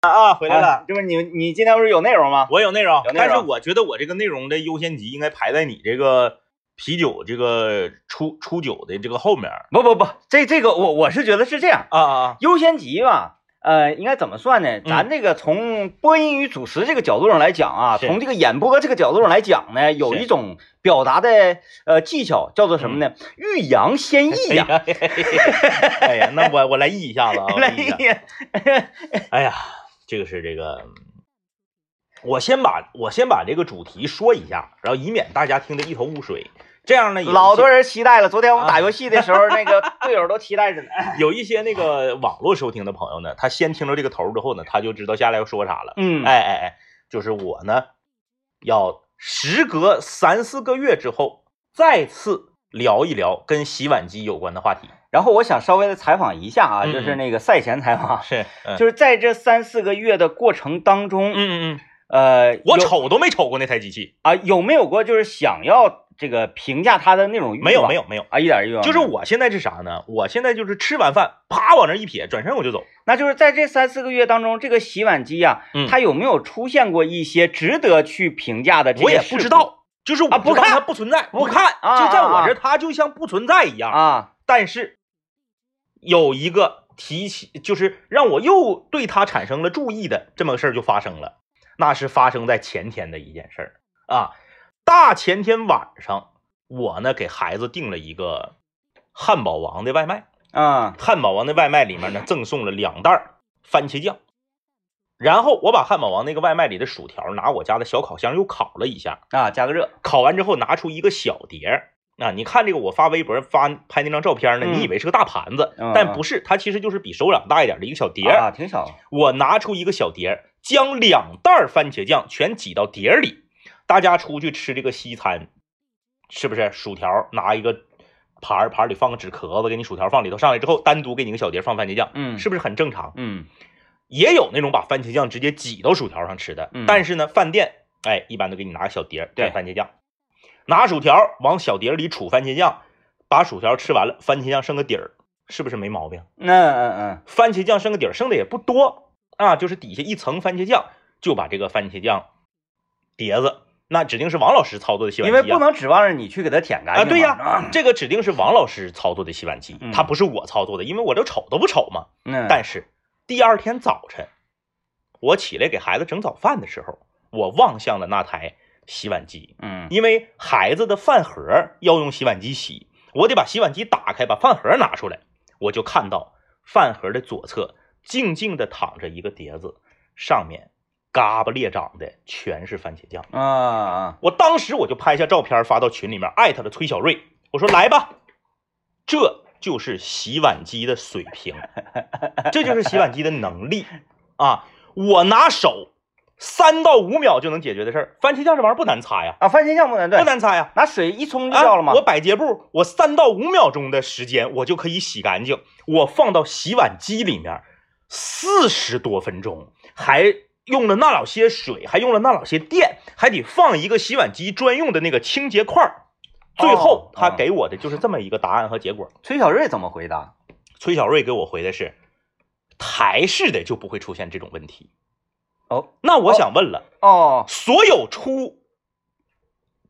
啊，回来了。哎就是你你今天不是有内容吗？我有内容有，内容但是我觉得我这个内容的优先级应该排在你这个啤酒这个初初酒的这个后面儿不不不，这这个我我是觉得是这样，啊啊优先级吧，呃，应该怎么算呢？咱这个从播音与主持这个角度上来讲啊，是从这个演播这个角度上来讲呢，有是一种表达的呃技巧叫做什么呢？欲扬先抑嗯呀、 哎呀，那我我 来译一下子啊，我来译一下。呀，哎呀，这个是这个，我先把我先把这个主题说一下，然后以免大家听得一头雾水。这样呢，有一老些多人期待了。昨天我们打游戏的时候，那个队友都期待 着呢。有一些那个网络收听的朋友呢，他先听到这个头儿之后呢，他就知道下来要说啥了。嗯，哎哎哎，就是我呢，要时隔三四个月之后，再次聊一聊跟洗碗机有关的话题。然后我想稍微的采访一下啊，嗯嗯就是那个赛前采访，是，嗯就是在这三四个月的过程当中，嗯嗯，呃，我有瞅都没瞅过那台机器，啊，有没有过就是想要这个评价他的那种欲望？没嗯有没有没有。啊，一点欲望没有就是我现在是啥呢？我现在就是吃完饭，啪往那一撇，转身我就走。那就是在这三四个月当中，这个洗碗机呀、嗯它有没有出现过一些值得去评价的这些我也事不知故道，就是我啊不就当看它不存在，不不看，啊就在啊啊我这儿它就像不存在一样。啊？但是有一个提起，就是让我又对他产生了注意的这么个事儿就发生了，那是发生在前天的一件事儿啊。大前天晚上，我呢给孩子订了一个汉堡王的外卖，啊汉堡王的外卖里面呢赠送了两袋儿番茄酱，然后我把汉堡王那个外卖里的薯条拿我家的小烤箱又烤了一下，啊，加个热烤完之后拿出一个小碟儿啊，你看这个我发微博发拍那张照片呢，嗯你以为是个大盘子，嗯但不是，它其实就是比手掌大一点的一个小碟儿。啊，挺小我拿出一个小碟儿，将两袋儿番茄酱全挤到碟儿里。大家出去吃这个西餐，是不是？薯条拿一个盘儿，盘儿里放个纸壳子，给你薯条放里头，上来之后单独给你个小碟儿放番茄酱，嗯是不是很正常？嗯也有那种把番茄酱直接挤到薯条上吃的，嗯但是呢，饭店哎一般都给你拿个小碟儿对蘸番茄酱，拿薯条往小碟儿里杵番茄酱，把薯条吃完了，番茄酱剩个底儿，是不是没毛病？那嗯番茄酱剩个底儿，剩的也不多啊，就是底下一层番茄酱，就把这个番茄酱碟子，那指定是王老师操作的洗嗯，碗因机、啊，为不能指望着你去给它舔干啊，净对呀、嘛啊这个指定是王老师操作的洗碗机，嗯他不是我操作的，因为我这瞅都不瞅嘛。嗯，但是第二天早晨，我起来给孩子整早饭的时候，我望向了那台洗碗机，嗯因为孩子的饭盒要用洗碗机洗，我得把洗碗机打开，把饭盒拿出来，我就看到饭盒的左侧静静的躺着一个碟子，上面嘎巴裂长的全是番茄酱。啊啊我当时我就拍下照片发到群里面，艾特了崔小瑞，我说来吧，这就是洗碗机的水平，这就是洗碗机的能力啊！我拿手三到五秒就能解决的事儿，番茄酱这玩意儿不难擦呀，啊，番茄酱不能对不，难擦呀。拿水一冲就啊掉了吗？我摆洁布，我三到五秒钟的时间，我就可以洗干净。我放到洗碗机里面，四十多分钟，还用了那老些水，还用了那老些电，还得放一个洗碗机专用的那个清洁块儿。最后哦，他嗯给我的就是这么一个答案和结果。崔小瑞怎么回答？崔小瑞给我回的是，台式的就不会出现这种问题。哦那我想问了，哦所有出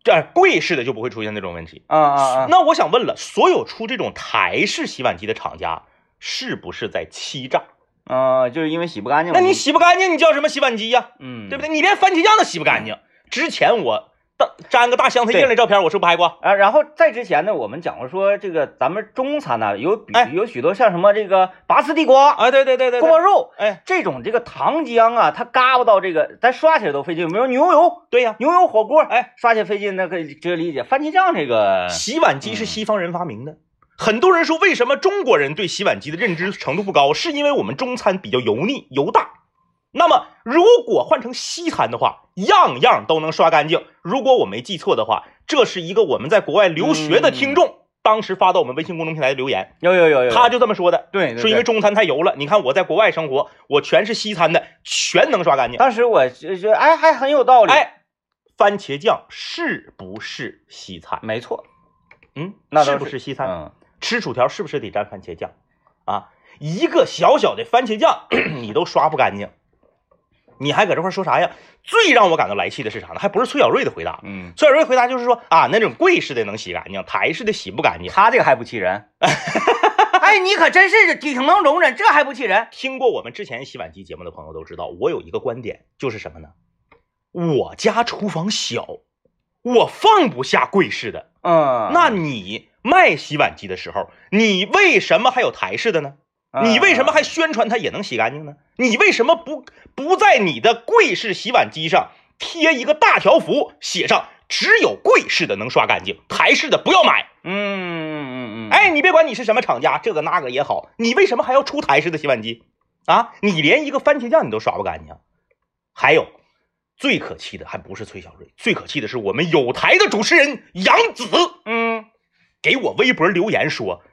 这柜式的就不会出现这种问题。啊啊啊，那我想问了，所有出这种台式洗碗机的厂家是不是在欺诈？嗯，就是因为洗不干净嘛，那你洗不干净，你叫什么洗碗机呀、嗯对不对？你连番茄酱都洗不干净。之前我大粘个大香菜叶儿的照片，我是不是拍过？啊，然后在之前呢，我们讲过说这个咱们中餐呢、有比哎有许多像什么这个拔丝地瓜、啊，对对对对锅包肉哎，这种这个糖浆啊，它嘎巴到这个咱刷起来都费劲。比如牛油、对呀、牛油火锅，哎，刷起来费劲，那可以值得理解。番茄酱这个洗碗机是西方人发明的。很多人说，为什么中国人对洗碗机的认知程度不高？是因为我们中餐比较油腻、油大。那么，如果换成西餐的话，样样都能刷干净。如果我没记错的话，这是一个我们在国外留学的听嗯众、当时发到我们微信公众平台的留言，有有有有，他就这么说的，对对说因为对中餐太油了。你看我在国外生活，我全是西餐的，全能刷干净。当时我就觉得哎还很有道理，，哎，番茄酱是不是西餐？没错，嗯，那是倒不是西餐？嗯吃薯条是不是得 沾番茄酱啊？一个小小的番茄酱，咳咳你都刷不干净，你还搁这块说啥呀？最让我感到来气的是啥呢？还不是崔小瑞的回答。嗯，崔小瑞回答就是说啊，那种跪式的能洗干净，台式的洗不干净。他这个还不 气人。哎，你可真是挺能容忍，这还不气人？听过我们之前洗碗机节目的朋友都知道，我有一个观点，就是什么呢？我家厨房小，我放不下柜式的。嗯，那你卖洗碗机的时候，你为什么还有台式的呢？嗯你为什么还宣传它也能洗干净呢？你为什么不不在你的柜式洗碗机上贴一个大条幅，写上只有柜式的能刷干净，台式的不要买？嗯嗯嗯嗯，哎，你别管你是什么厂家，这个那个也好，你为什么还要出台式的洗碗机啊？你连一个番茄酱你都刷不干净。还有，最可气的还不是崔小瑞，最可气的是我们有台的主持人杨紫嗯，给我微博留言说。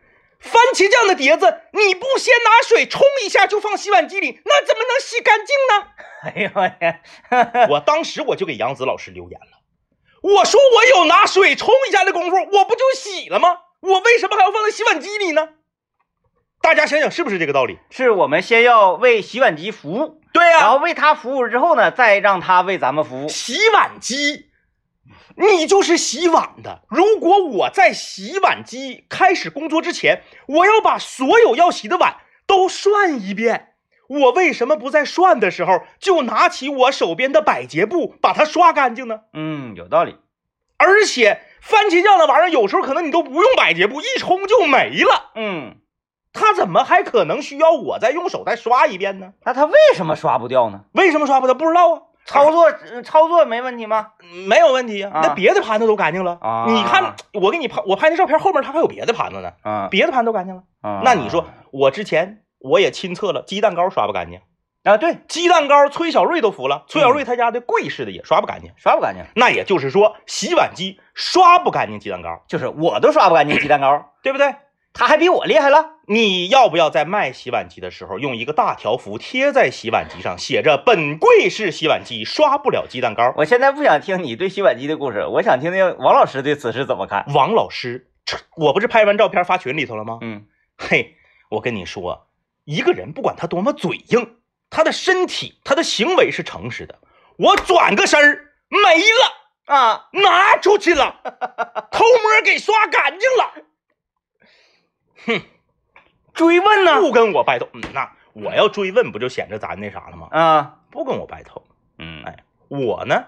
番茄酱的碟子，你不先拿水冲一下就放洗碗机里，那怎么能洗干净呢？哎呦我天，我当时我就给杨子老师留言了，我说我有拿水冲一下的功夫，我不就洗了吗？我为什么还要放在洗碗机里呢？大家想想是不是这个道理？ 是我们先要为洗碗机服务，对然后为他服务之后呢，再让他为咱们服务。洗碗机，你就是洗碗的。如果我在洗碗机开始工作之前，我要把所有要洗的碗都涮一遍。我为什么不在涮的时候就拿起我手边的百洁布把它刷干净呢？嗯，有道理。而且番茄酱那玩意儿，有时候可能你都不用百洁布，一冲就没了。嗯，它怎么还可能需要我再用手再刷一遍呢？那他为什么刷不掉呢？为什么刷不掉？不知道啊。操作呃操作没问题吗？没有问题啊，啊那别的盘子都干净了。啊你看，我给你拍，我拍那照片后面它还有别的盘子呢，啊，别的盘都干净了。啊那你说，我之前我也亲测了，鸡蛋糕刷不干净，啊？对，鸡蛋糕崔小瑞都服了，崔小嗯瑞他家的柜式的也刷不干净。刷不干净，那也就是说，洗碗机刷不干净鸡蛋糕，就是我都刷不干净鸡蛋 糕，对不对？他还比我厉害了。你要不要在卖洗碗机的时候用一个大条幅贴在洗碗机上，写着“本柜式洗碗机刷不了鸡蛋糕我现在不想听你对洗碗机的故事，我想听听王老师对此事怎么”？看。王老师，我不是拍完照片发群里头了吗？嗯嘿，我跟你说，一个人不管他多么嘴硬，他的身体、他的行为是诚实的。我转个身儿没了，啊，拿出去了，偷摸给刷干净了，追问呢？不跟我掰头。嗯，那我要追问，不就显着咱那啥了吗？啊，不跟我掰头。嗯哎，我呢，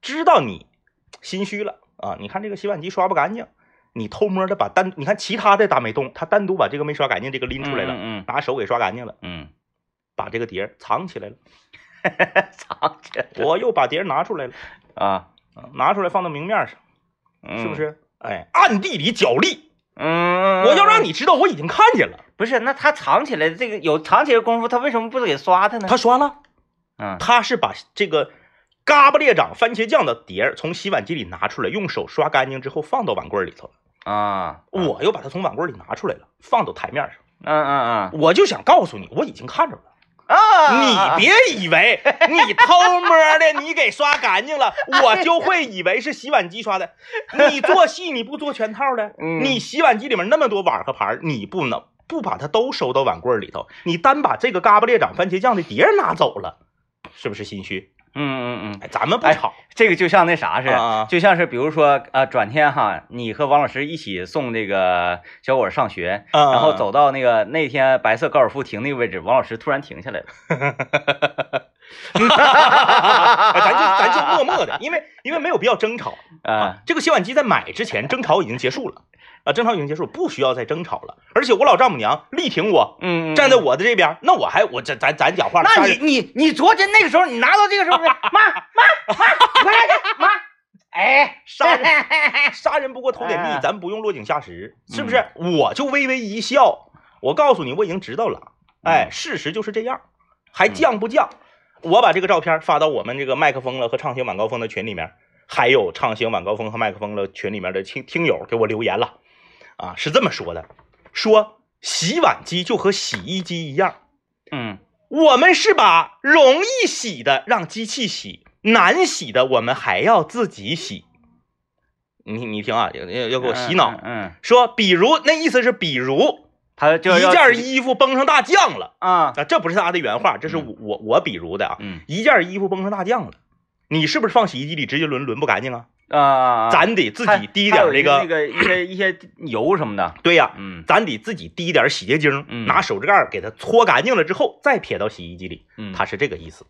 知道你心虚了啊！你看这个洗碗机刷不干净，你偷摸的把单，你看其他的他没动，他单独把这个没刷干净这个拎出来了，嗯拿手给刷干净了， 嗯把这个碟儿藏起来了。嗯，藏起来我又把碟儿拿出来了，啊，啊拿出来放到明面上，是是不不是？是？哎，暗地里角力，我嗯我要要让让你你知道我已经看见了。不是，那他藏起来的这个有藏起来的功夫，他为什么不给刷他呢？他刷了，嗯他是把这个。嘎巴列掌番茄酱的碟儿从洗碗机里拿出来，用手刷干净之后放到碗柜里头了。啊，嗯我又把它从碗柜里拿出来了，放到台面上。嗯嗯我就想告诉你，我已经看着了。啊，你别以为你偷摸的，你给刷干 净了，我就会以为是洗碗机刷的。你做戏你不做全套的， 嗯你洗碗机里面那么多碗和盘儿，你不能不把它都收到碗柜里头，你单把这个嘎巴列掌番茄酱的碟儿拿走了，是不是心虚？嗯嗯嗯，哎，咱们不哎吵，这个就像那啥似啊啊的，就像是比如说啊，转天哈，你和王老师一起送这个小伙儿上学，嗯 然后走到那个那天白色高尔夫停那个位置，王老师突然停下来了。哎咱就咱就默默的，因为因为没有必要争吵。 啊，这个洗碗机在买之前争吵已经结束了，啊，争吵已经结束，不需要再争吵了。而且我老丈母娘力挺我，嗯，站在我的这边，那我还我这咱咱讲话了，那杀你人你你昨天那个时候，你拿到这个时候是妈妈妈，快来看妈，哎， 杀人人，杀人不过头点哎地，咱不用落井下石，是不是？我就微微一笑，我告诉你，我已经知道了，哎，嗯事实就是这样，还犟不犟？我把这个照片发到我们这个麦克风了和畅行晚高峰的群里面，还有畅行晚高峰和麦克风了群里面的听听友给我留言了，啊，是这么说的，说洗碗机就和洗衣机一样。嗯我们是把容易洗的让机器洗，难洗的我们还要自己洗。你你听啊，要要要给我洗脑，嗯，嗯，说比如那意思是，比如他就一要件衣服崩成大酱了啊，啊！这不是他的原话，这是我嗯我我比如的啊，嗯一件衣服崩成大酱了，你是不是放洗衣机里直接轮轮不干净啊？啊，咱得自它己滴一它点有这一个，那个一些一些油什么的，对呀、嗯咱得自己滴一点洗洁精，嗯拿手指盖儿给它搓干净了之后，再撇到洗衣机里，嗯，它是这个意思。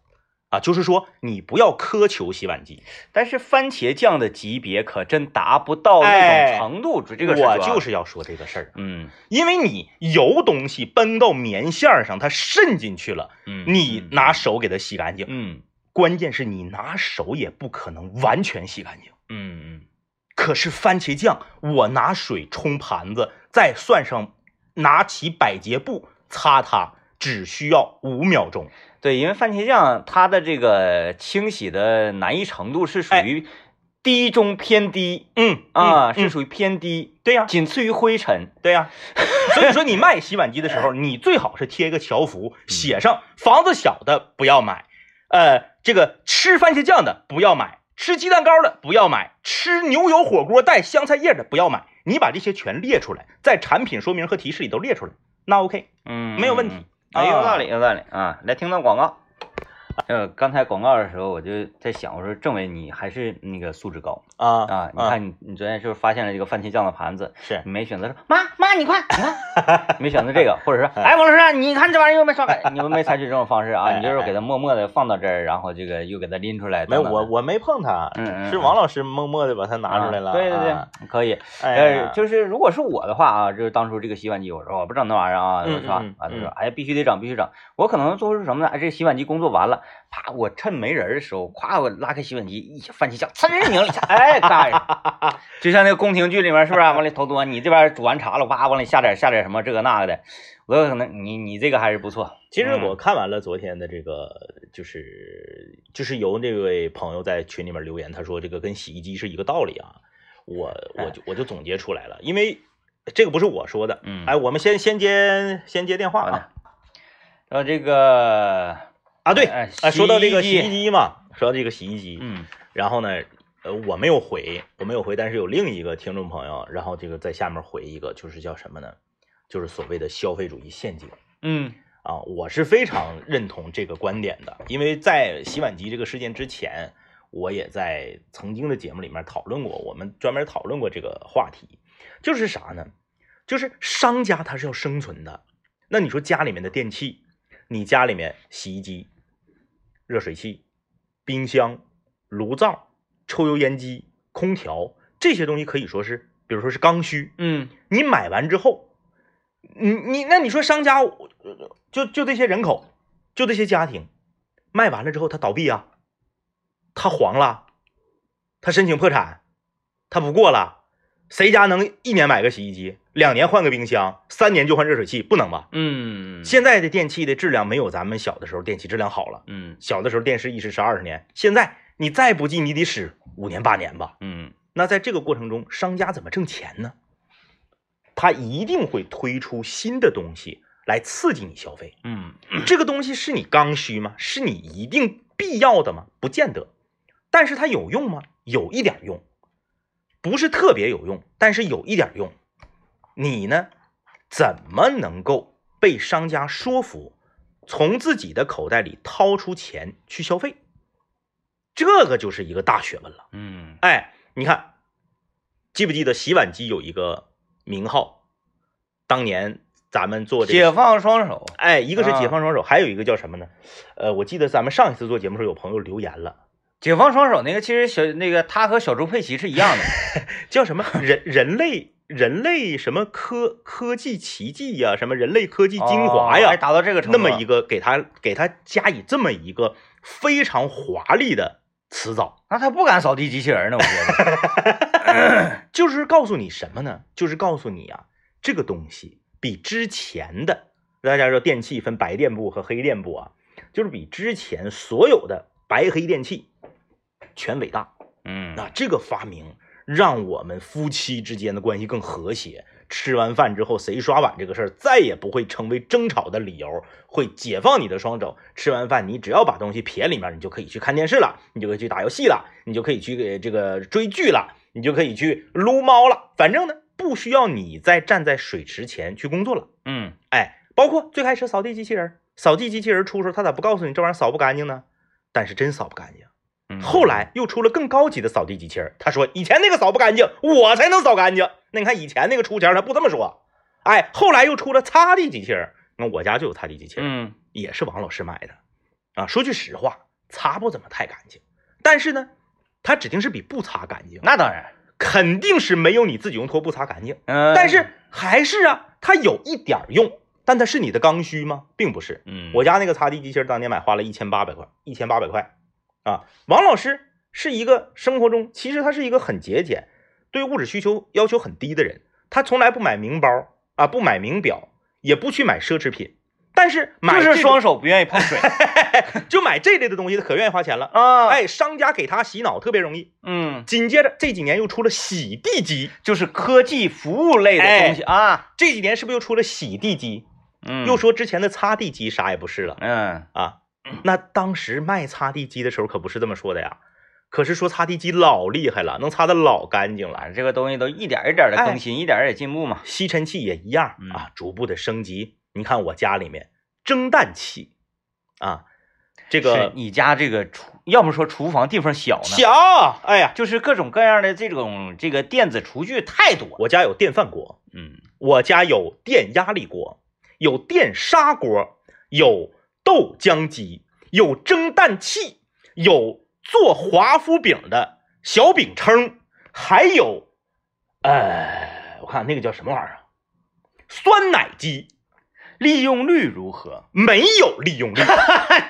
啊，就是说你不要苛求洗碗机，但是番茄酱的级别可真达不到那种程度，这个哎我就是是要说这个事儿，嗯因为你油东西奔到棉线儿上，它渗进去了，嗯，你拿手给它洗干净，嗯关键是你拿手也不可能完全洗干净。嗯嗯可是番茄酱，我拿水冲盘子，再算上拿起百洁布擦它，只需要五秒钟。嗯，对，因为番茄酱它的这个清洗的难易程度是属于低中偏低哎嗯啊，嗯是属于偏低，对呀、仅次于灰尘。对呀、所以说你卖洗碗机的时候，你最好是贴一个条幅，写上房子小的不要买，呃，这个吃番茄酱的不要买，吃鸡蛋糕的不要买，吃牛油火锅带香菜叶的不要买。你把这些全列出来，在产品说明和提示里都列出来，那 OK。嗯，没有问题嗯。哎，啊有道理，有道理啊！来听到广告。呃，刚才广告的时候，我就在想，我说政委你还是那个素质高啊嗯啊！你看你你昨天是不是发现了这个番茄酱的盘子？是你没选择说妈妈你快，啊你 看，没选择这个，或者是哎王老师啊你看这玩意儿又没刷开，你们没采取这种方式啊，你就是给它默默的放到这儿，然后这个又给它拎出来。哎没有等等我我没碰它，嗯嗯是嗯王老师默默的把它拿出来了。啊对对啊对，可以。哎呀呃，就是如果是我的话啊，就是当初这个洗碗机，我说我不整那玩意儿啊，嗯是吧嗯？啊，就嗯说哎，必须得整，必须整。我可能做出是什么呢？哎，这洗碗机工作完了，啪，我趁没人儿的时候，咵，我拉开洗碗机，一番茄酱，呲儿拧了一下，哎，嘎 一下就像那个宫廷剧里面是不是啊、往里头端？你这边煮完茶了，哇，往里下点下点什么这个那个的，我有可能你你这个还是不错，其实嗯我看完了昨天的这个，就是就是由这位朋友在群里面留言，他说这个跟洗衣机是一个道理啊，我哎我就我就总结出来了，因为这个不是我说的，嗯，哎哎，我们先先接先接电话好的啊。然后这个，啊，对，哎啊，说到这个洗洗衣机衣机嘛，说到这个洗衣机，嗯然后呢，呃，我没有回，我没有回，但是有另一个听众朋友，然后这个在下面回一个，就是叫什么呢？就是所谓的消费主义陷阱。嗯啊，我是非常认同这个观点的，因为在洗碗机这个事件之前，我也在曾经的节目里面讨论过，我们专门讨论过这个话题，就是啥呢？就是商家他是要生存的，那你说家里面的电器，你家里面洗衣机、热水器、冰箱、炉灶、抽油烟机、空调这些东西可以说是，比如说是刚需，嗯你买完之后，你你那你说商家我就就这些人口，就这些家庭，卖完了之后他倒闭啊，他黄了，他申请破产，他不过了，谁家能一年买个洗衣机，两年换个冰箱，三年就换热水器，不能吧？嗯现在的电器的质量没有咱们小的时候电器质量好了，嗯小的时候电视一使是二十年，现在你再不济你得使五年八年吧。嗯那在这个过程中，商家怎么挣钱呢？他一定会推出新的东西来刺激你消费。嗯这个东西是你刚需吗？是你一定必要的吗？不见得。但是它有用吗？有一点用，不是特别有用，但是有一点用。你呢，怎么能够被商家说服，从自己的口袋里掏出钱去消费？这个就是一个大学问了。嗯哎，你看，记不记得洗碗机有一个名号？当年咱们做这解个，放双手，哎，一个是啊解放双手，还有一个叫什么呢？呃，我记得咱们上一次做节目时候有朋友留言了，解放双手那个其实小那个他和小猪佩奇是一 样的，叫什么人人类人类什么科科技奇迹呀、什么人类科技精华哦呀还，达到这个程度那么一个给他给他加以这么一个非常华丽的词藻。那他不敢扫地机器人呢，我觉 得。就是告诉你什么呢？就是告诉你啊，这个东西比之前的，大家说电器分白电部和黑电部啊，就是比之前所有的白黑电器全伟大。嗯那这个发明让我们夫妻之间的关系更和谐。吃完饭之后谁刷碗这个事儿再也不会成为争吵的理由，会解放你的双手。吃完饭你只要把东西撇里面，你就可以去看电视了，你就可以去打游戏了，你就可以去呃这个追剧了，你就可以去撸猫了。反正呢，不需要你再站在水池前去工作了。嗯哎，包括最开始扫地机器人儿，扫地机器人儿出时候，他咋不告诉你这玩意儿扫不干净呢？但是真扫不干净。嗯，后来又出了更高级的扫地机器人儿，他说以前那个扫不干净，我才能扫干净。那你看以前那个出钱儿他不这么说，哎，后来又出了擦地机器人儿，那我家就有擦地机器人儿，嗯也是王老师买的，啊，说句实话，擦不怎么太干净，但是呢，它指定是比不擦干净，那当然，肯定是没有你自己用拖布擦干净。嗯，但是还是啊，它有一点儿用，但它是你的刚需吗？并不是。嗯我家那个擦地机器人当年买花了一千八百块，一千八百块啊！王老师是一个生活中其实他是一个很节俭，对物质需求要求很低的人，他从来不买名包啊，不买名表，也不去买奢侈品，但是买就是这双手不愿意碰水种就买这类的东西，他可愿意花钱了。 啊，哎，商家给他洗脑特别容易。嗯，紧接着这几年又出了洗地机，就是科技服务类的东西啊，这几年是不是又出了洗地机？嗯，又说之前的擦地机啥也不是了嗯啊。那当时卖擦地机的时候可不是这么说的呀，可是说擦地机老厉害了，能擦的老干净了。反正这个东西都一点儿一点的更新，一点儿也进步嘛。吸尘器也一样嗯啊，逐步的升级。你看我家里面蒸蛋器啊，这是个你家这个厨，要么说厨房地方小呢，小，哎呀，就是各种各样的这种这个电子厨具太多了。我家有电饭锅，嗯我家有电压力锅，有电砂锅，有豆浆机，有蒸蛋器，有做华夫饼的小饼铛，还有，呃，我看那个叫什么玩意儿啊，酸奶机，利用率如何？没有利用率，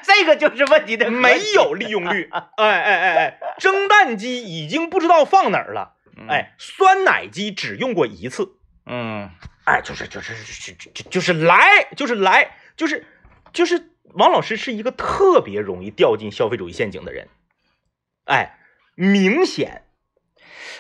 这个就是问题的核没心。有利用率，哎哎哎哎，蒸蛋机已经不知道放哪儿了，嗯，哎，酸奶机只用过一次。嗯，哎，就是就是就是就就就是来，就是来，就是就是王老师是一个特别容易掉进消费主义陷阱的人。哎，明显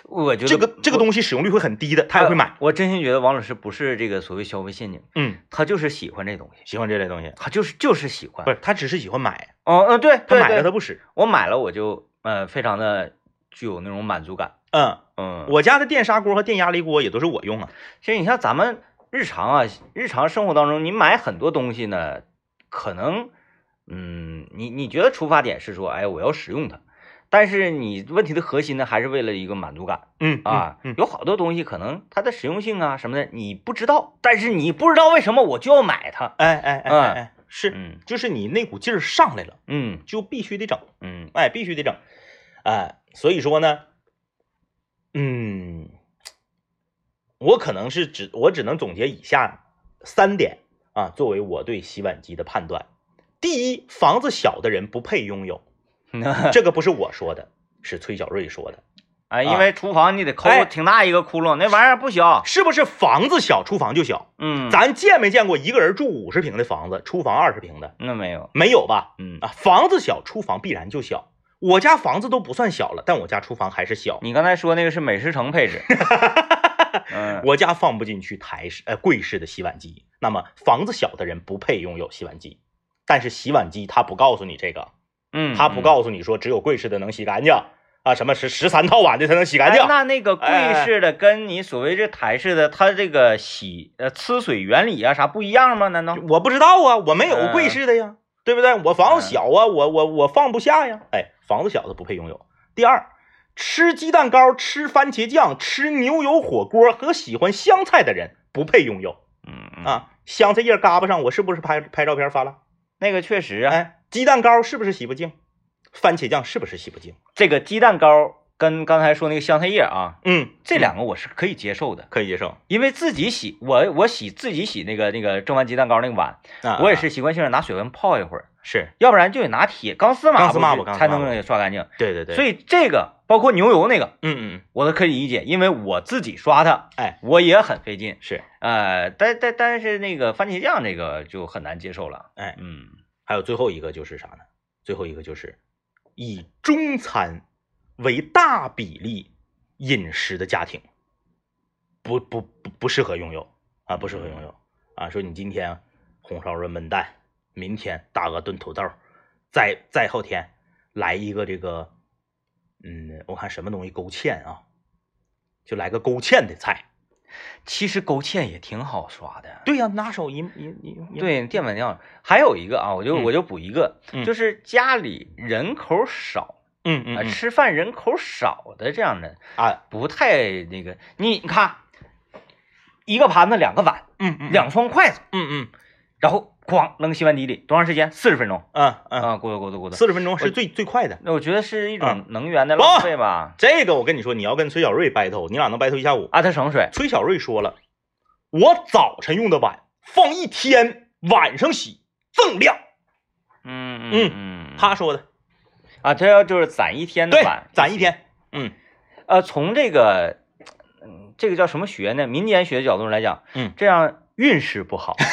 我觉得呃这个这个东西使用率会很低的，他也会买。我真心觉得王老师不是这个所谓消费陷阱，嗯，他就是喜欢这东西，喜欢这类东西，他就是就是喜欢不。是他只是喜欢买，哦，嗯，对，他对买了他对，不使。我买了我就呃非常的具有那种满足感。嗯，嗯，我家的电砂锅和电压力锅也都是我用啊。其实你像咱们日常啊，日常生活当中，你买很多东西呢，可能，嗯，你你觉得出发点是说，哎，我要使用它，但是你问题的核心呢，还是为了一个满足感嗯啊。嗯，嗯有好多东西可能它的实用性啊什么的，你不知道，但是你不知道为什么我就要买它。哎哎哎哎哎，是，嗯就是你那股劲儿上来了，嗯就必须得整。嗯 哎，必须得整，哎，所以说呢，嗯，我可能是只我只能总结以下三点啊，作为我对洗碗机的判断。第一，房子小的人不配拥有，这个不是我说的，是崔小瑞说的，啊，因为厨房你得抠哎挺大一个窟窿，那玩意儿不小。是不是房子小，厨房就小？嗯，？咱见没见过一个人住五十平的房子，厨房二十平的？那没有。没有吧？嗯，啊，房子小，厨房必然就小。我家房子都不算小了，但我家厨房还是小。你刚才说那个是美食 城配置。嗯，我家放不进去台式呃柜式的洗碗机，那么房子小的人不配拥有洗碗机。但是洗碗机它不告诉你这个，嗯，它不嗯告诉你说只有柜式的能洗干净啊，什么是十三套碗的才能洗干净哎。那那个哎哎柜式的跟你所谓这台式的，它这个洗呃呲水原理啊啥不一样吗？难道？我不知道啊，我没有嗯柜式的呀，对不对？我房子小啊，我我我放不下呀。哎，房子小的不配拥有。第二，吃鸡蛋糕、吃番茄酱、吃牛油火锅和喜欢香菜的人不配拥有嗯，啊。香菜叶嘎巴上，我是不是拍拍照片发了？那个确实啊，哎，鸡蛋糕是不是洗不净？番茄酱是不是洗不净？这个鸡蛋糕跟刚才说那个香菜叶啊，嗯，这两个我是可以接受的，可以接受。因为自己洗，我我洗自己洗那个那个蒸完鸡蛋糕那个碗，啊我也是习惯性的拿水温泡一会儿，是，要不然就得拿铁钢丝抹钢丝抹布布钢丝才抹能布给刷干净。对对对所以，以这个包括牛油那个，嗯嗯，我都可以理解，因为我自己刷它，哎，我也很费劲。是。呃，但但但是那个番茄酱这个就很难接受了。哎，嗯，还有最后一个就是啥呢？最后一个就是以中餐为大比例饮食的家庭，不不不不适合拥有啊，不适合拥有啊。说你今天红烧肉焖蛋，明天大鹅炖土豆，再再后天来一个这个，嗯，我看什么东西勾芡啊，就来个勾芡的菜。其实勾芡也挺好刷的。对呀、拿手一一一，对，淀粉样。还有一个啊，我就、嗯我就补一个，嗯就是家里人口少、嗯嗯啊，嗯吃饭人口少的这样的，啊，不太那个。你你看，一个盘子两个碗，嗯嗯两双筷子，嗯嗯然后哐扔洗碗机里，多长时间？四十分钟嗯嗯，啊，咕嘟咕嘟咕嘟。四十分钟是最最快的。那我觉得是一种嗯能源的不浪费吧。这个我跟你说，你要跟崔小瑞 battle，你俩能 battle 一下午。啊，它省水。崔小瑞说了，我早晨用的碗放一天，晚上洗锃亮。嗯嗯嗯，他说的，啊，它要就是攒一天的对嗯碗，，攒一。天。嗯呃，从这个，嗯，这个叫什么学呢？民间学的角度来讲，嗯这样运势不好。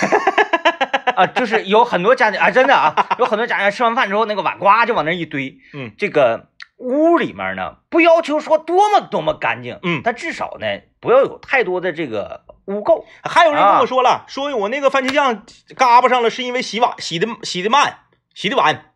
啊，就是有很多家长啊，真的啊，有很多家长吃完饭之后，那个碗呱就往那一堆。嗯，这个屋里面呢，不要求说多么多么干净，嗯，但至少呢，不要有太多的这个污垢。还有人跟啊我说了，说我那个番茄酱嘎巴上了，是因为洗碗洗的洗的慢，洗的晚，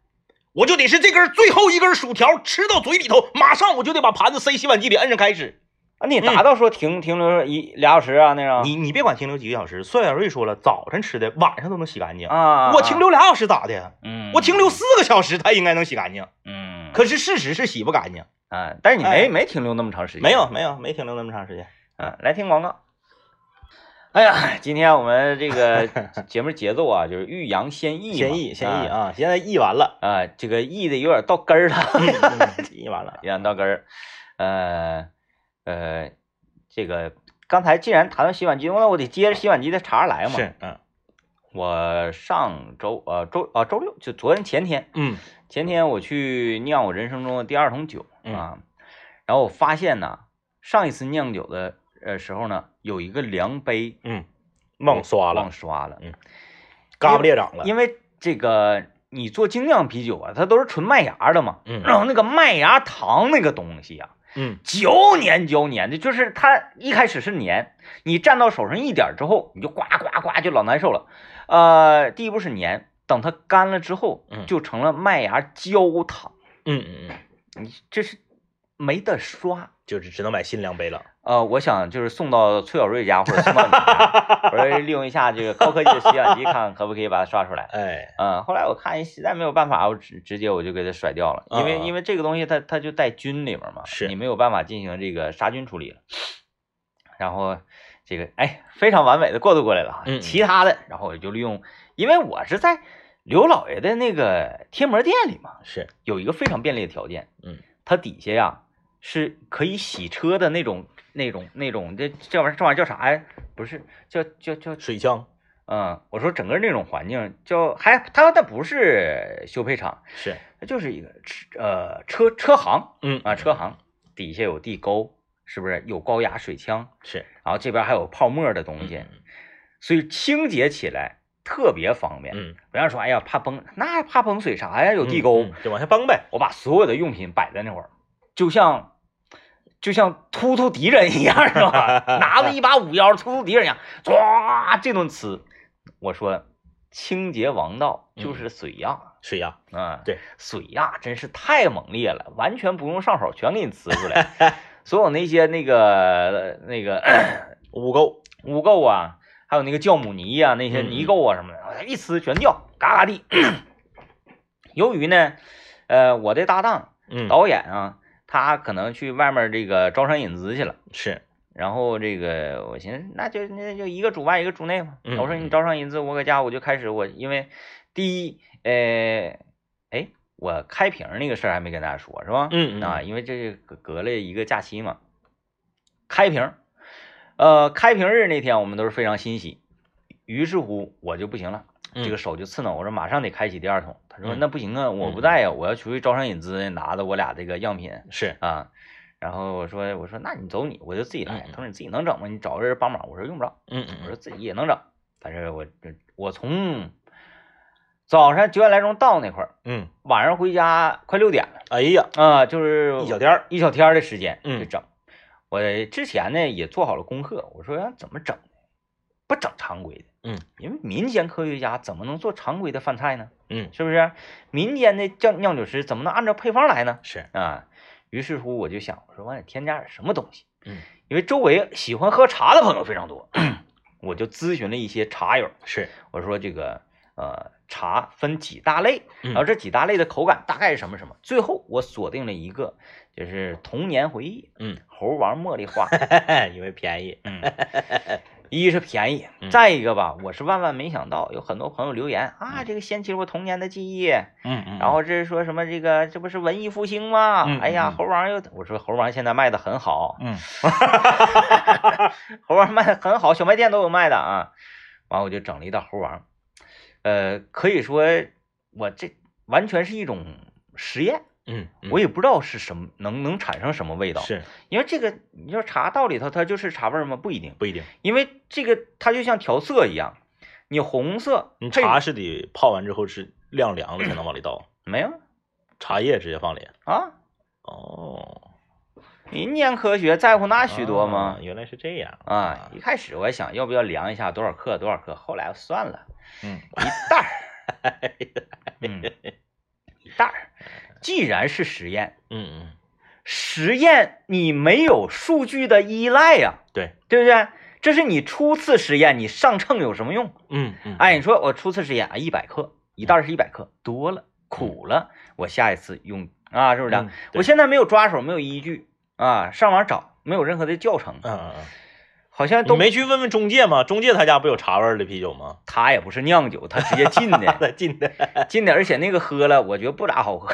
我就得是这根最后一根薯条吃到嘴里头，马上我就得把盘子塞洗碗机里，摁上开始。啊，你达到说停、停留一俩小时啊那种嗯你你别管停留几个小时，孙小瑞说了，早晨吃的晚上都能洗干净。啊，我停，留俩小时咋的呀？嗯，我停留，四个小时，它应该能洗干净。嗯，可是事实是洗不干净，啊，但是你没、哎没停留那么长时间，没有没有没停留那么长时间。啊，来听广告。哎呀，今天我们 这个节目节奏啊，就是欲扬先抑嘛，先议先议啊啊，现在议完了，啊，这个抑的有点到根儿了， 嗯 议完了。有点到根儿。呃呃，这个刚才既然谈到洗碗机，那我得接着洗碗机的茬儿来嘛。，是，嗯我上周呃周啊周六就昨天前天嗯前天我去酿我人生中的第二桶酒嗯啊，然后我发现呢，上一次酿酒的呃时候呢，有一个量杯嗯，忘刷了忘，刷了，嗯嘎巴裂掌了。因为这个你做精酿啤酒啊，它都是纯麦芽的嘛，嗯然后那个麦芽糖那个东西啊，嗯嚼黏嚼黏的，就是它一开始是黏，你蘸到手上一点儿之后，你就呱呱呱就老难受了。呃，第一步是黏，等它干了之后嗯，就成了麦芽焦糖，嗯嗯嗯，你这是没得刷。就是只能买新量杯了。呃，我想就是送到崔小瑞家或者送到你 家，我说利用一下这个高科技的洗碗机，看看可不可以把它刷出来。哎，嗯，后来我看实在没有办法，我直直接我就给它甩掉了，因为啊因为这个东西它它就在菌里面嘛，是你没有办法进行这个杀菌处理了。然后这个哎非常完美的过渡过来了啊，嗯嗯其他的然后我就利用，因为我是在刘老爷的那个贴膜店里嘛，是，有一个非常便利的条件，嗯，它底下呀是可以洗车的那种那种那种这这玩意儿这玩意儿叫啥呀？不是叫叫叫水枪嗯，我说整个那种环境叫还，它它不是修配厂，是，它就是一个车呃车车行嗯啊，车行底下有地沟，是不是有高压水枪？是，然后这边还有泡沫的嗯东西，所以清洁起来特别方便。嗯，不要说哎呀怕崩，那怕崩水啥呀？有地沟，嗯，嗯就往下崩呗。我把所有的用品摆在那会儿，就像就像突突敌人一样，是吧？拿着一把五幺突突敌人一样，唰这顿呲。我说清洁王道就是水压水呀，嗯啊，对，水压真是太猛烈了，完全不用上手，全给你呲出 来。所有那些那个那个 污垢。污垢啊，还有那个酵母泥呀、那些嗯泥垢啊什么的，一呲全掉，嘎嘎地。 由于呢，呃，我的搭档嗯，导演啊，他可能去外面这个招商引资去了。是，然后这个我寻思，那就那就一个主外一个主内嘛。嗯我说你招商引资，我搁家我就开始我因为第一，呃，哎，我开瓶那个事儿还没跟大家说是吧？嗯嗯啊，因为这是隔隔了一个假期嘛，开瓶，呃，开瓶日那天我们都是非常欣喜，于是乎我就不行了。这个嗯手就刺挠，我说马上得开启第二桶。他说嗯那不行啊，我不在呀、我要出去招商引资，拿的我俩这个样品是，啊。然后我说我说那你走你，我就自己来嗯。嗯他说你自己能整吗？你找个人帮忙。我说用不着，嗯我说自己也能整。但是我这我从早上九点来钟到那块儿，嗯，晚上回家快六点了哎呀，啊，就是一小天儿，一小天儿的时间嗯就整。我之前呢也做好了功课，我说怎么整呢？不整常规的，嗯，因为民间科学家怎么能做常规的饭菜呢？嗯，是不是？民间的酿酿酒师怎么能按照配方来呢？是，啊，于是乎我就想，我说我得添加点什么东西。嗯，因为周围喜欢喝茶的朋友非常多， 我就咨询了一些茶友，是，我说这个呃茶分几大类，嗯然后这几大类的口感大概是什么什么，最后我锁定了一个，就是童年回忆，嗯，猴王茉莉 花，因为便宜，嗯，一是便宜嗯，再一个吧，我是万万没想到，有很多朋友留言啊，这个掀起了我童年的记忆，嗯嗯然后这是说什么这个这不是文艺复兴吗？嗯哎呀嗯，猴王又我说猴王现在卖的很好，嗯 猴王卖的很好，小卖店都有卖的啊。完我就整了一道猴王，呃，可以说我这完全是一种实验，嗯，我也不知道是什么能能产生什么味道，是因为这个你说茶道里头它就是茶味儿吗？不一定，不一定，因为这个它就像调色一样，你红色你配茶是得泡完之后是晾凉了才能往里倒，没有茶叶直接放里。啊？哦，民间科学在乎那许多吗？啊原来是这样啊，一开始我还想要不要量一下多少克多少克，后来我算了嗯一 袋儿，嗯，一袋儿。既然是实验，嗯嗯，实验你没有数据的依赖呀、对，对不对？这是你初次实验，你上秤有什么用？嗯嗯，哎，你说我初次实验啊，一百克，一袋儿是一百克，多了苦了，我下一次用啊，是不是啊？嗯对我现在没有抓手，没有依据啊，上网找没有任何的教程，嗯嗯嗯，好像你都没去问问中介吗？中介他家不有茶味儿的啤酒 吗？他也不是酿酒，他直接进的，他进的，进的，而且那个喝了，我觉得不 咋好喝。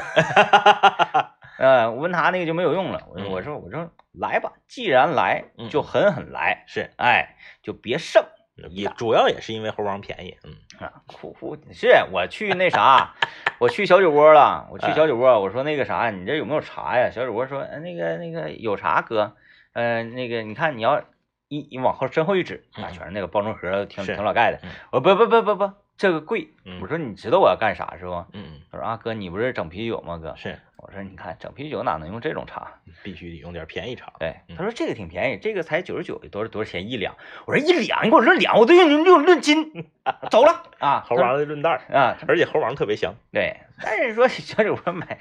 呃，我问他那个就没有用了。我嗯我说我说来吧，既然来嗯就狠狠来，是哎，就别剩也主要也是因为猴王便宜，嗯啊。哭哭是我去 那啥，我去小酒窝了，我去嗯小酒窝，我说那个啥，你这有没有茶呀？小酒窝说，呃那个那个有茶哥，呃，那个你看你要一你往后身后一指，嗯啊，全是那个包装盒，挺是挺老盖的嗯。我说不不不不不，这个贵嗯。我说你知道我要干啥是不？嗯他说啊哥，你不是整啤酒吗哥嗯，？是我说你看整啤酒哪能用这种茶？必须得用点便宜茶，对，嗯他说这个挺便宜，这个才九十九，多少多少钱一两？我说一两，你给我论两，我都用用用论斤， 走了啊，猴他说王的论袋儿，啊，而且猴王特别香，对，但是说小酒窝买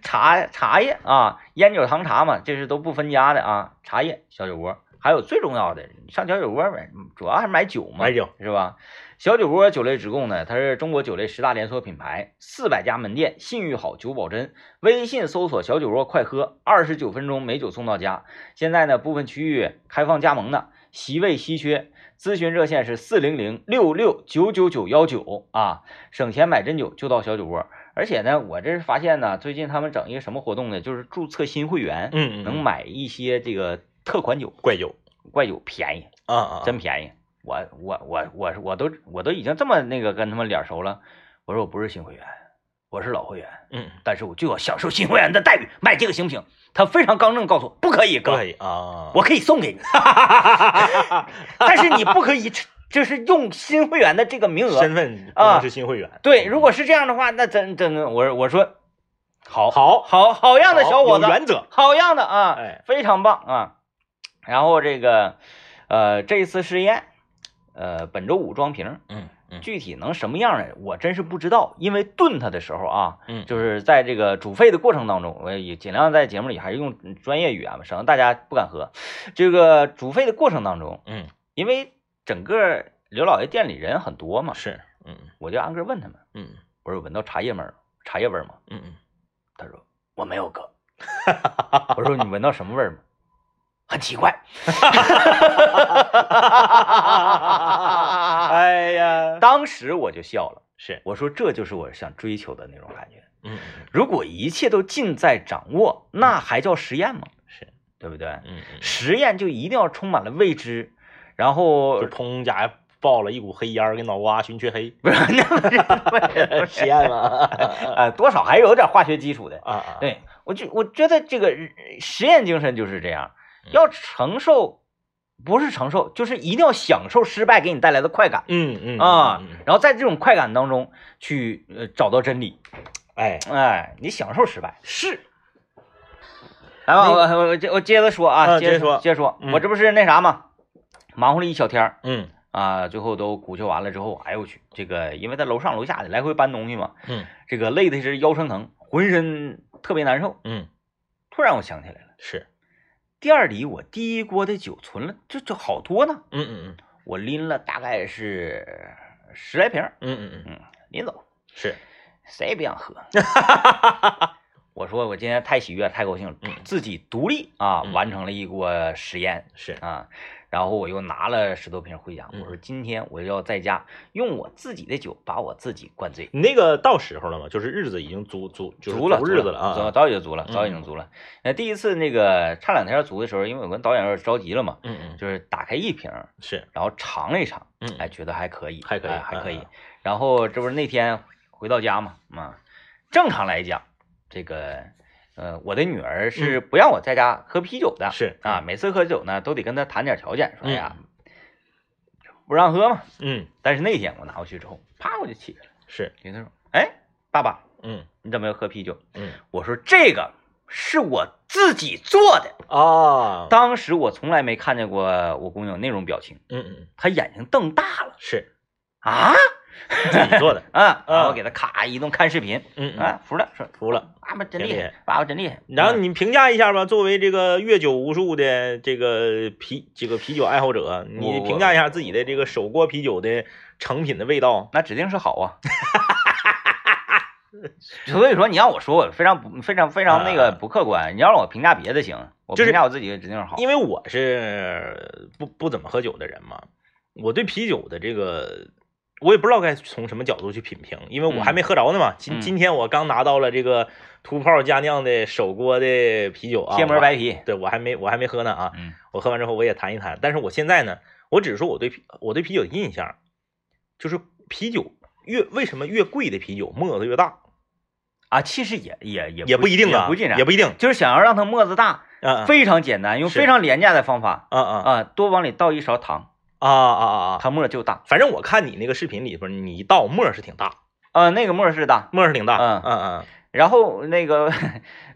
茶茶叶啊，烟酒糖茶嘛，这是都不分家的啊，茶叶小酒窝，还有最重要的，你上小酒窝买，主要还是买酒嘛，买酒是吧？小酒窝酒类直供呢，它是中国酒类十大连锁品牌，四百家门店，信誉好，酒保真。微信搜索“小酒窝快喝”，二十九分钟美酒送到家。现在呢，部分区域开放加盟呢，席位稀缺。咨询热线是四零零六六九九九幺九啊，省钱买真酒就到小酒窝。而且呢，我这是发现呢，最近他们整一个什么活动呢？就是注册新会员，嗯嗯，能买买一些这个特款酒，怪酒怪酒便宜。啊啊，真便宜。我我我我我都我都已经这么那个跟他们脸熟了，我说我不是新会员，我是老会员，嗯，但是我就要享受新会员的待遇，买这个行不行？他非常刚正告诉我，不可以，哥，可以啊，我可以送给你， 但是你不可以，就是用新会员的这个名额身。份不啊能是新会员，对，如果是这样的话，那真真的，我我说好好好好样的好小伙子有，原则，好样的啊，哎非常棒啊！然后这个，呃，这一次试验，呃，本周五装瓶，嗯嗯具体能什么样呢？我真是不知道，因为炖它的时候啊，嗯，就是在这个煮沸的过程当中，我也尽量在节目里还是用专业语言吧，省得大家不敢喝。这个煮沸的过程当中，嗯因为整个刘老爷店里人很多嘛，是，嗯我就挨个问他们，嗯我说闻到茶叶味儿，茶叶味儿吗？嗯嗯，他说我没有哥。我说你闻到什么味儿吗？很奇怪。 哎呀，当时我就笑了， 是，我说这就是我想追求的那种感觉。嗯嗯如果一切都尽在掌握，那还叫实验吗？是，对不对？嗯嗯，实验就一定要充满了未知，然后，就砰家伙爆了一股黑烟儿，给脑瓜熏黢黑 不是 那不是不是实验了，呃，多少还有点化学基础的。啊 啊，对我就我觉得这个呃实验精神就是这样，嗯要承受，不是承受，就是一定要享受失败给你带来的快感嗯嗯啊，嗯嗯然后在这种快感当中去呃找到真理，哎，哎，你享受失败。是，来吧，那我我我接我接着说啊，啊接着接着说接着说，嗯我这不是那啥嘛，忙活了一小天儿嗯啊，最后都鼓秋完了之后，哎呦我去，这个因为在楼上楼下的来回搬东西嘛，嗯这个累的是腰生疼，浑身特别难受。嗯，突然我想起来了。是，店里我第一锅的酒存了，这这好多呢，嗯嗯我拎了大概是十来瓶儿，嗯嗯嗯，嗯，拎走，是，谁也别 想喝。我说我今天太喜悦，太高兴了，嗯自己独立啊，嗯完成了一锅实验是啊，然后我又拿了十多瓶回家，我嗯说今天我要在家用我自己的酒把我自己灌醉。你那个到时候了吗？就是日子已经足足就是足了，足日子了啊早。早已经足了，嗯早已经足了。那第一次那个差两天要足的时候，因为我跟导演有点着急了嘛，嗯嗯，就是打开一瓶，是，然后尝了一尝，嗯哎，觉得还可以，还可以哎还可嗯以嗯。然后这不是那天回到家嘛，嘛，正常来讲，这个呃，我的女儿是不让我在家喝啤酒的，嗯是啊，，每次喝酒呢都得跟她谈点条件，说嗯哎呀，不让喝嘛。嗯但是那天我拿回去之后，啪我就起来了，是，给她说，哎，爸爸，嗯你怎么又喝啤酒？嗯我说这个是我自己做的，啊，当时我从来没看见过我姑娘那种表情，嗯嗯她眼睛瞪大了是啊。自己做的，啊，啊然后给他咔一顿看视频，嗯嗯，啊，服了，说服了。爸爸真挺厉厉害害，爸爸真厉害。然后嗯你评价一下吧，作为这个阅酒无数的这个啤这个啤酒爱好者，你我评价一下自己的这个手锅啤酒的成品的味道。那指定是好啊。 所以说，你让我说，我非常不非常非常那个啊不客观。你要让我评价别的行，我就是评价我自己指定是好。因为我是不不怎么喝酒的人嘛，我对啤酒的这个我也不知道该从什么角度去品评，因为我还没喝着呢嘛。今嗯今天我刚拿到了这个土炮佳酿的手锅的啤酒啊，贴膜我白皮，对我还没我还没喝呢啊，嗯我喝完之后我也谈一谈。但是我现在呢，我只是说我对啤我对啤酒的印象，就是啤酒越为什么越贵的啤酒沫子越大，啊，其实也也也也不不一定啊，也不尽然，也不一定，就是想要让它沫子大，啊非常简单，用是非常廉价的方法啊啊啊，多往里倒一勺糖，啊啊啊啊！它沫就大。反正我看你那个视频里边，你倒沫儿是挺大，啊，那个沫是大，沫儿是挺大，嗯嗯然后那个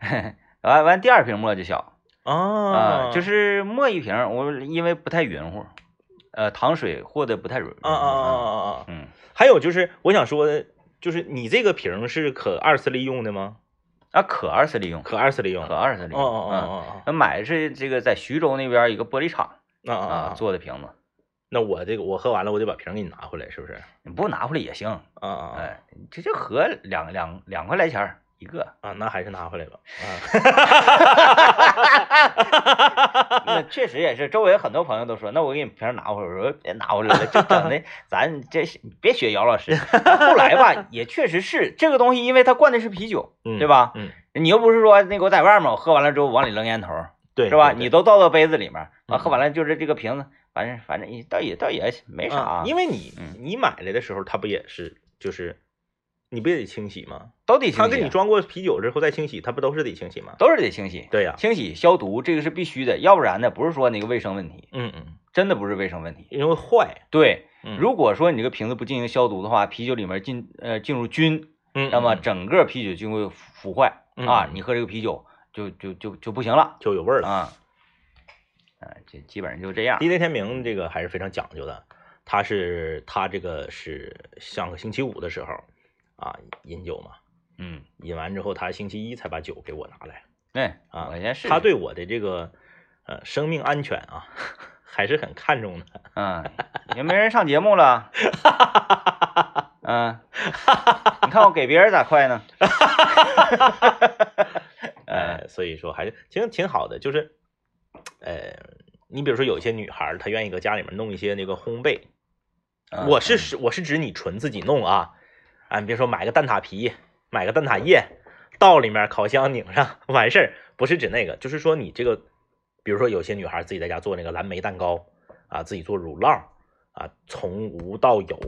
完完第二瓶沫就小。嗯啊啊，就是磨一瓶儿，我因为不太匀乎，呃，糖水和的不太匀乎。啊啊啊啊啊啊！嗯，还有就是我想说的，就是你这个瓶儿是可二次利用的吗？啊，可二次利用，可二次利用，可二次利哦用。哦嗯哦那买的是这个在徐州那边一个玻璃厂哦啊啊啊！做的瓶子，那我这个我喝完了，我得把瓶儿给你拿回来，是不是？你不拿回来也行。啊啊啊！，哎，这就合两两两块来钱儿一个 啊，那还是拿回来吧。啊，那确实也是。周围很多朋友都说，那我给你瓶儿拿回来，我说别拿回来了，这整的咱这是别学姚老 师。后来吧，也确实是这个东西，因为它灌的是啤酒，嗯对吧？嗯，你又不是说那个我在外面我喝完了之后往里扔烟头儿对，是吧？对你都倒到杯子里面，嗯完喝完了就是这个瓶子，反正反正也倒也倒也没对啥啊，，因为你嗯你买来的时候，它不也是就是你不也得清洗吗？都得清洗，啊它给你装过啤酒之后再清洗，它不都是得清洗吗？都是得清洗，对呀，清洗消毒这个是必须的，要不然呢不是说那个卫生问题，嗯嗯，真的不是卫生问题。因为坏，对，嗯如果说你这个瓶子不进行消毒的话，啤酒里面进呃进入菌，嗯，那么嗯整个啤酒就会腐坏嗯啊嗯，你喝这个啤酒就就就就不行了就有味儿了。啊。啊，这基本上就这样。 DJ 天明这个还是非常讲究的，他是他这个是上个星期五的时候啊饮酒嘛，嗯，饮完之后他星期一才把酒给我拿来。对，啊我先试试。他对我的这个呃生命安全啊， 还是很看重 的。嗯，也没人上节目了。 嗯，你看我给别人咋快呢？嗯呃，所以说还是其实挺好的，就是呃，你比如说有一些女孩儿，她愿意搁家里面弄一些那个烘焙，嗯我是指我是指你纯自己弄啊，啊，你别说买个蛋挞皮，买个蛋挞叶，倒里面烤箱拧上完事儿，不是指那个，就是说你这个，比如说有些女孩自己在家做那个蓝莓蛋糕啊，自己做乳酪啊，从无到有。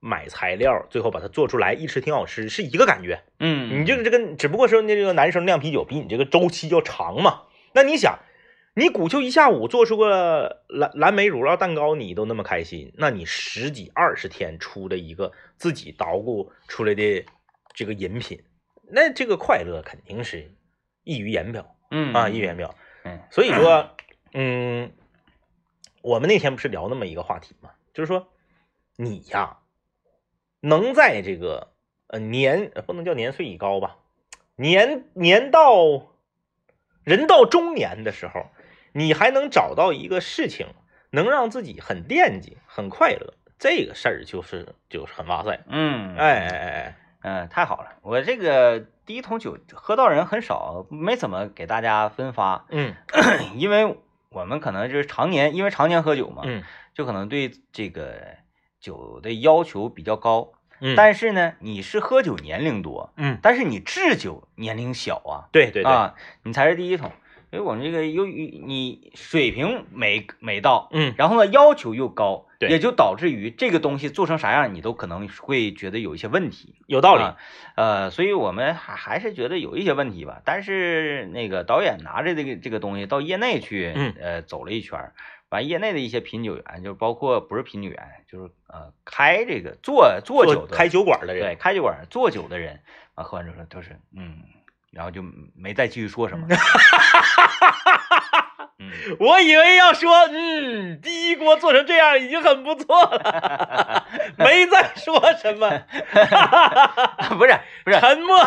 买材料，最后把它做出来，一吃挺好吃，是一个感觉。嗯，你这个这个，只不过说那这个男生酿啤酒比你这个周期要长嘛。那你想，你鼓秋一下午做出个蓝蓝莓乳酪蛋糕，你都那么开心，那你十几二十天出的一个自己捣鼓出来的这个饮品，那这个快乐肯定是溢于言表嗯啊，溢于言表。嗯所以说，嗯，我们那天不是聊那么一个话题嘛，就是说你呀，能在这个呃年呃不能叫年岁已高吧，年年到人到中年的时候，你还能找到一个事情能让自己很惦记、很快乐，这个事儿就是就是很哇塞，嗯，哎哎哎哎，嗯，太好了，我这个第一桶酒喝到人很少，没怎么给大家分 发，嗯因为我们可能就是常年，因为常年喝酒嘛，嗯就可能对这个酒的要求比较高。嗯，但是呢，你是喝酒年龄多，嗯，但是你制酒年龄小啊，对对对，啊，你才是第一桶。因为我们这个由于你水平没没到，嗯然后呢要求又高，对也就导致于这个东西做成啥样，你都可能会觉得有一些问题。有道理，啊呃，所以我们还还是觉得有一些问题吧。但是那个导演拿着这个这个东西到业内去，嗯呃，走了一圈儿，完业内的一些品酒员，就是包括不是品酒员，就是呃开这个做做酒的开酒馆的对人，开酒馆做酒的人，完喝完之后都是嗯，然后就没再继续 说什么。嗯，我以为要说，嗯，第一锅做成这样已经很不错了，没再说什么，嗯不是不是，沉默。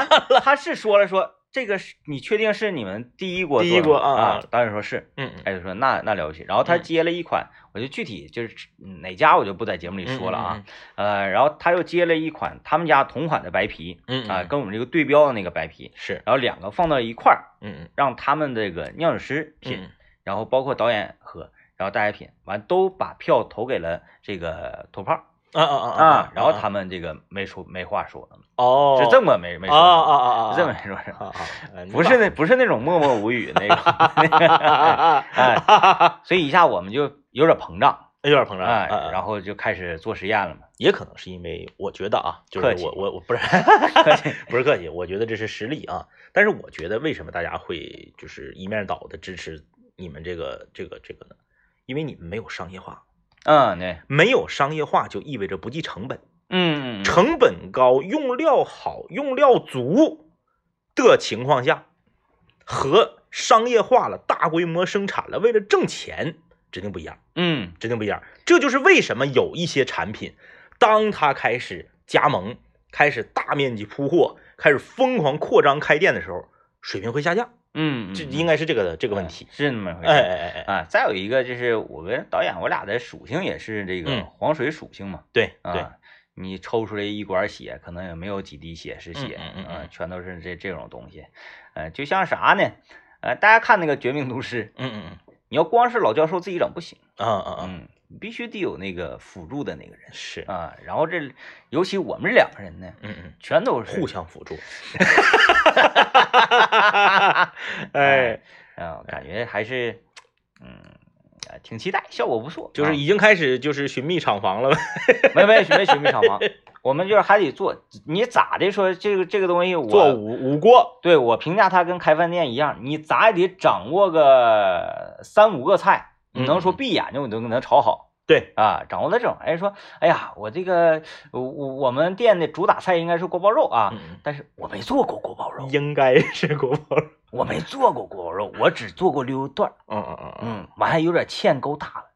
他是说了说这个是你确定是你们第一锅第做一的锅吗啊啊？导演说是，嗯他就说那那了不起。然后他嗯接了一款，我就具体就是嗯哪家我就不在节目里嗯，说了啊。呃，然后他又接了一款他们家同款的白啤嗯，嗯啊，嗯跟我们这个对标的那个白啤，是，然后两个放到一块儿，嗯嗯让他们这个酿酒师品，嗯然后包括导演喝，然后大家品，完都把票投给了这个头炮啊啊啊啊，然后啊他们这个没说没话说，哦，是这么没没啊啊说，啊啊啊，是这么没说是吧。啊啊，哎不是那不是那种默默无语那你种，哎把 啊啊啊啊，所以一下我们就有点膨 胀，有点膨胀，哎，嗯嗯然后就开始做实验了嘛。也可能是因为我觉得啊，就客是气我我我不是不是客气，我觉得这是实力啊。但是我觉得为什么大家会就是一面倒的支持你们这个这个这个呢？因为你们没有商业化，嗯，对，没有商业化就意味着不计成本，嗯，成本高、用料好、用料足的情况下，和商业化了、大规模生产了，为了挣钱，指定不一样。嗯指定不一样。这就是为什么有一些产品，当它开始加盟、开始大面积铺货、开始疯狂扩张开店的时候，水平会下降。嗯，这应该是这个这这个问题。是那么回事。哎哎哎哎，啊，再有一个就是我跟导演，我俩的属性也是这个嗯黄水属性嘛。对对，啊，你抽出来一管血，可能也没有几滴血是血，嗯嗯嗯啊嗯，全都是这这种东西。呃，就像啥呢？呃，大家看那个《绝命毒师》，嗯嗯嗯，你要光是老教授自己整不行，啊啊啊，嗯，必须得有那个辅助的那个人是，啊。然后这，尤其我们这两个人呢，嗯嗯，全都是互相辅助。哎 哎，啊，感觉还是，嗯，啊挺期待，效果不错。就是啊已经开始就是寻觅厂房了呗。没没没寻觅厂房，我们就是还得做。你咋的说这个这个东西我，做五五锅，对我评价它跟开饭店一样，你咋也得掌握个三五个菜，你能说嗯嗯闭眼睛你都能炒好对，啊？掌握得整。哎，说，哎呀，我这个我我我们店的主打菜应该是锅包肉啊。嗯但是我没做过锅包肉，应该是锅包肉。我没做过锅包肉，我只做过溜肉段儿。嗯嗯嗯嗯，我还有点欠勾搭 了。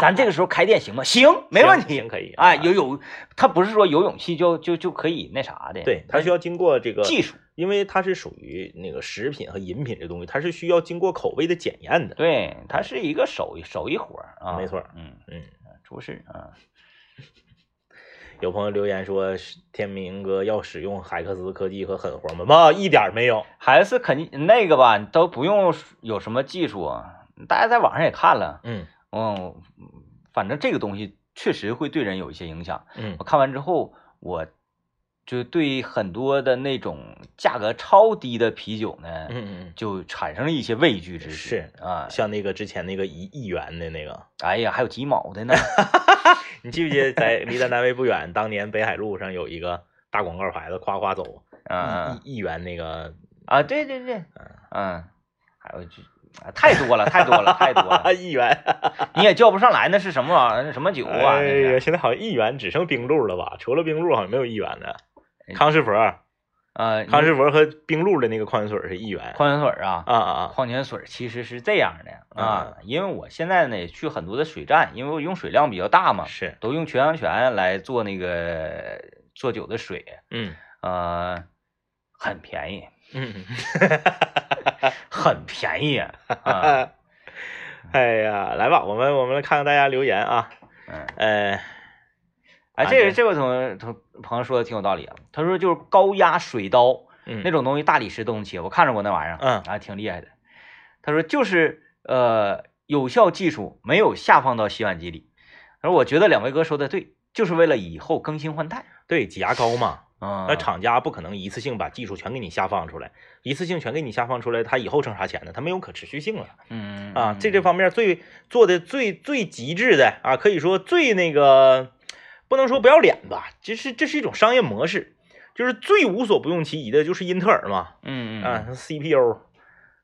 咱这个时候开店行吗？行，没问题。行可以哎啊，有有，他不是说有勇气就就就可以那啥的，对，它需要经过这个技术，因为它是属于那个食品和饮品这东西，它是需要经过口味的检验的。对，他是一个手艺手艺活儿啊，没错儿，嗯嗯，厨师啊，有朋友留言说，是天明哥要使用海克斯科技和狠活吗？妈，一点儿没有。还是肯定那个吧，都不用有什么技术啊，大家在网上也看了，嗯嗯，反正这个东西确实会对人有一些影响。嗯我看完之后，我就对很多的那种价格超低的啤酒呢，嗯就产生了一些畏惧之是心啊嗯，！像那个之前那个一亿元的那个，哎呀，还有几毛 的呢，你记不记得在离咱单位不远，当年北海路上有一个大广告牌子，夸夸走，啊一一一元那 个，，啊，对对对，嗯，还有就。啊太多了，太多了，太多 了一元。 你也叫不上来那是什么玩意儿？那什么酒啊？那哎呀，是现在好像一元只剩冰露了吧？除了冰露，好像没有一元的哎。康师傅。呃，康师傅和冰露的那个矿泉水是一元。矿泉水啊，啊啊矿泉水其实是这样的嗯啊，因为我现在呢去很多的水站，因为我用水量比较大嘛啊！，是，都用泉阳泉来做那个做酒的水，嗯 呃，很便宜，嗯，很便宜啊。 啊哎哎呀，来吧，我们我们来看看大家留言啊。嗯，呃，啊哎，这对个这位同同朋友说的挺有道理啊，他说就是高压水刀嗯那种东西，大理石都能切，我看着过那玩意儿，嗯啊，挺厉害的。他说就是呃，有效技术没有下放到洗碗机里。他说我觉得两位哥说的对，就是为了以后更新换代。对，挤牙膏嘛，啊，那厂家不可能一次性把技术全给你下放出来，一次性全给你下放出来，他以后挣啥钱呢？他没有可持续性了嗯啊！这这方方面最做的最最极致的啊，可以说最那个，不能说不要脸吧，这是这是一种商业模式，就是最无所不用其极的，就是英特尔嘛，嗯嗯啊，CPU。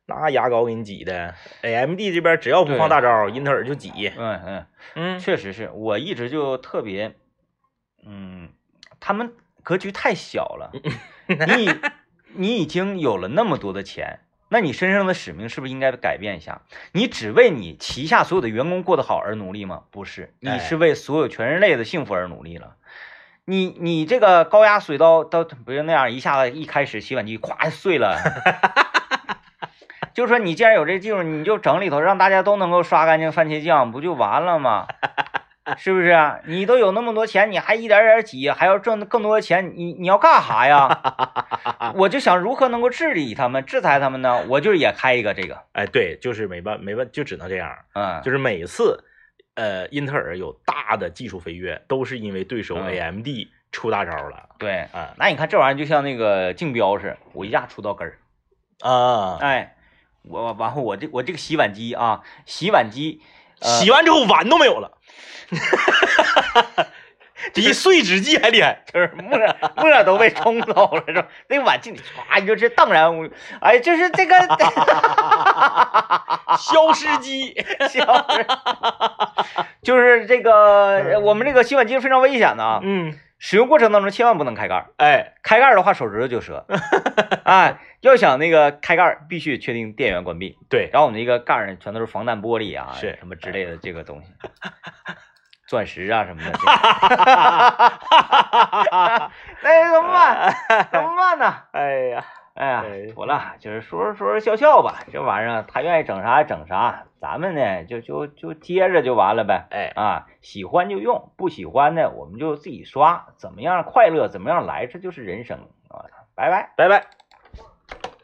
那牙膏给你挤的，AMD 这边只要不放大招，英特尔就挤。嗯嗯嗯嗯，确实是我一直就特别，嗯，他们格局太小 了，你你已经有了那么多的钱。那你身上的使命是不是应该改变一下？你只为你旗下所有的员工过得好而努力吗？不是，哎你是为所有全人类的幸福而努力了。你你这个高压水刀刀不是那样，一下子一开始洗碗机咵碎了。 就是说，你既然有这技术，你就整里头，让大家都能够刷干净番茄酱，不就完了吗？是不是啊？你都有那么多钱，你还一点点挤，还要挣更多的钱，你你要干啥呀？我就想如何能够治理他们、制裁他们呢？我就是也开一个这个，哎，对，就是没办没办，就只能这样。嗯，就是每次，呃，英特尔有大的技术飞跃，都是因为对手嗯 AMD 出大招了对。啊那你看这玩意儿就像那个竞标似的，我一下出到根儿，啊！哎，我然后我这我这个洗碗机啊，洗碗机，呃洗完之后碗都没有了，比碎纸机还厉害。 就是沫儿沫儿都被冲走了，是吧？那碗进去唰，你就这荡然无，哎，就是这 个消失机，笑死，就是这个我们这个洗碗机是非常危险的啊，嗯，使用过程当中千万不能开盖儿，哎，开盖儿的话手指头 就折，哎，要想那个开盖儿必须确定电源关闭， 对，然后我们这个盖儿全都是防弹玻璃啊，是什么之类的这个东西， 钻石啊什么的， 那怎么办？怎么办呢？哎呀，哎呀对，妥了，就是说着说着笑笑吧，这玩意儿他愿意整啥整啥，咱们呢就就就接着就完了呗。哎，啊，喜欢就用，不喜欢啊呢我们就自己刷，怎么样快乐怎么样来，这就是人生。我操，拜拜。拜拜。